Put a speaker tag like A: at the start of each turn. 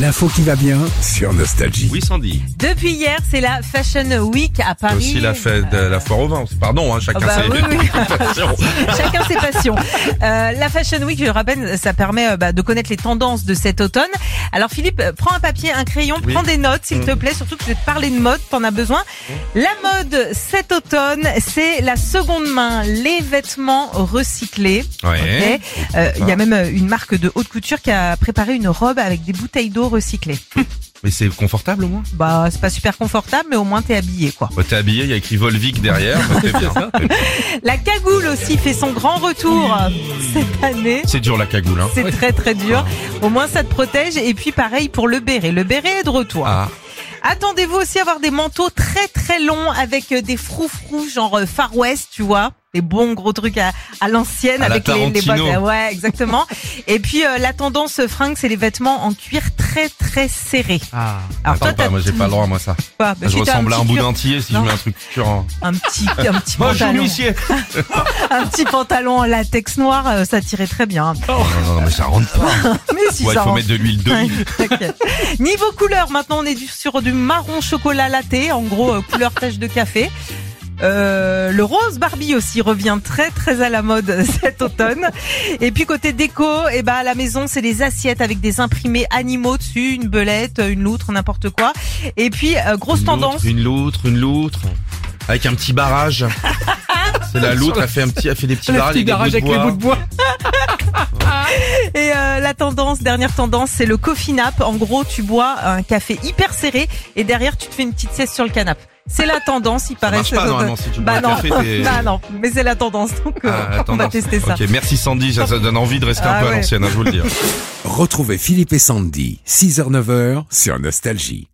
A: L'info qui va bien sur Nostalgie.
B: Oui, Sandy.
C: Depuis hier, c'est la Fashion Week à
B: C'est
C: Paris.
B: aussi la fête,
C: Euh,
B: euh, la foire au vin. Pardon, hein,
C: ah
B: chacun
C: bah
B: ses
C: oui, oui. Chacun ses passions. Euh, la Fashion Week, je le rappelle, ça permet euh, bah, de connaître les tendances de cet automne. Alors Philippe, euh, prends un papier, un crayon,
B: Oui. Mm.
C: prends des notes s'il te plaît, surtout que je vais te parler de mode, t'en as besoin. La mode cet automne, c'est la seconde main, les vêtements recyclés.
B: Ouais.
C: Ok. Euh, Il y a même euh, une marque de haute couture qui a préparé une robe avec des bouteilles d'eau recyclées.
B: Mais c'est confortable au moins.
C: Bah, c'est pas super confortable, mais au moins t'es habillé, quoi.
B: Bah, t'es habillé, il y a écrit Volvic derrière. bah, t'es bien.
C: La cagoule aussi fait son grand retour euh, cette année.
B: C'est dur la cagoule. Hein.
C: C'est très très dur. Au moins ça te protège. Et puis pareil pour le béret. Le béret est de retour.
B: Ah,
C: Attendez-vous aussi à avoir des manteaux très très longs avec euh, des froufrous genre euh, Far West, tu vois. Des bons gros trucs à, à l'ancienne
B: À la
C: avec les, les bottes.
B: Tarantino.
C: Euh, Ouais, exactement. Et puis euh, la tendance euh, fringue, c'est les vêtements en cuir très très serrés. Alors
B: Ah. attends, pas,
C: toi, t'as
B: moi j'ai pas le droit, moi ça.
C: quoi Bah,
B: je
C: si t'as
B: ressemble à un
C: petit cuir-
B: boudin tillé si
C: Non.
B: je mets un truc curant.
C: Un petit, un petit
B: Moi, je suis
C: pantalon.
B: huissier.
C: Un petit pantalon en latex noir, euh, ça tirait très bien.
B: Non, non, non, mais ça rentre pas.
C: Mais si
B: Ouais, il
C: ça
B: faut
C: rentre.
B: mettre de l'huile d'olive.
C: T'inquiète. Niveau couleur, maintenant on est du- sur du marron chocolat latte, en gros euh, couleur tache de café. Euh, le rose Barbie aussi revient très très à la mode cet automne. Et puis côté déco, et ben à la maison c'est des assiettes avec des imprimés animaux dessus, une belette, une loutre, n'importe quoi. Et puis euh, grosse
B: Une
C: tendance.
B: loutre, Une loutre, une loutre. Avec un petit barrage. C'est la loutre, elle fait, un petit, elle fait des petits
D: Le
B: barrages
D: petit garage avec
B: des
D: les bouts de bois.
C: Et euh, la tendance, dernière tendance, c'est le coffee nap. En gros, tu bois un café hyper serré et derrière tu te fais une petite sieste sur le canapé. C'est la tendance, il
B: Ça
C: paraît.
B: marche
C: cet
B: pas
C: automne.
B: normalement si tu bois
C: Bah
B: un
C: non,
B: café. t'es-
C: bah non, mais c'est la tendance, donc euh,
B: Ah, la
C: on va
B: tendance.
C: tester ça.
B: Ok, merci Sandy, ça, ça donne envie de rester
C: Ah
B: un peu à
C: ouais.
B: l'ancienne, hein, je vous le dis.
A: Retrouvez Philippe et Sandy, 6h-9h sur Nostalgie.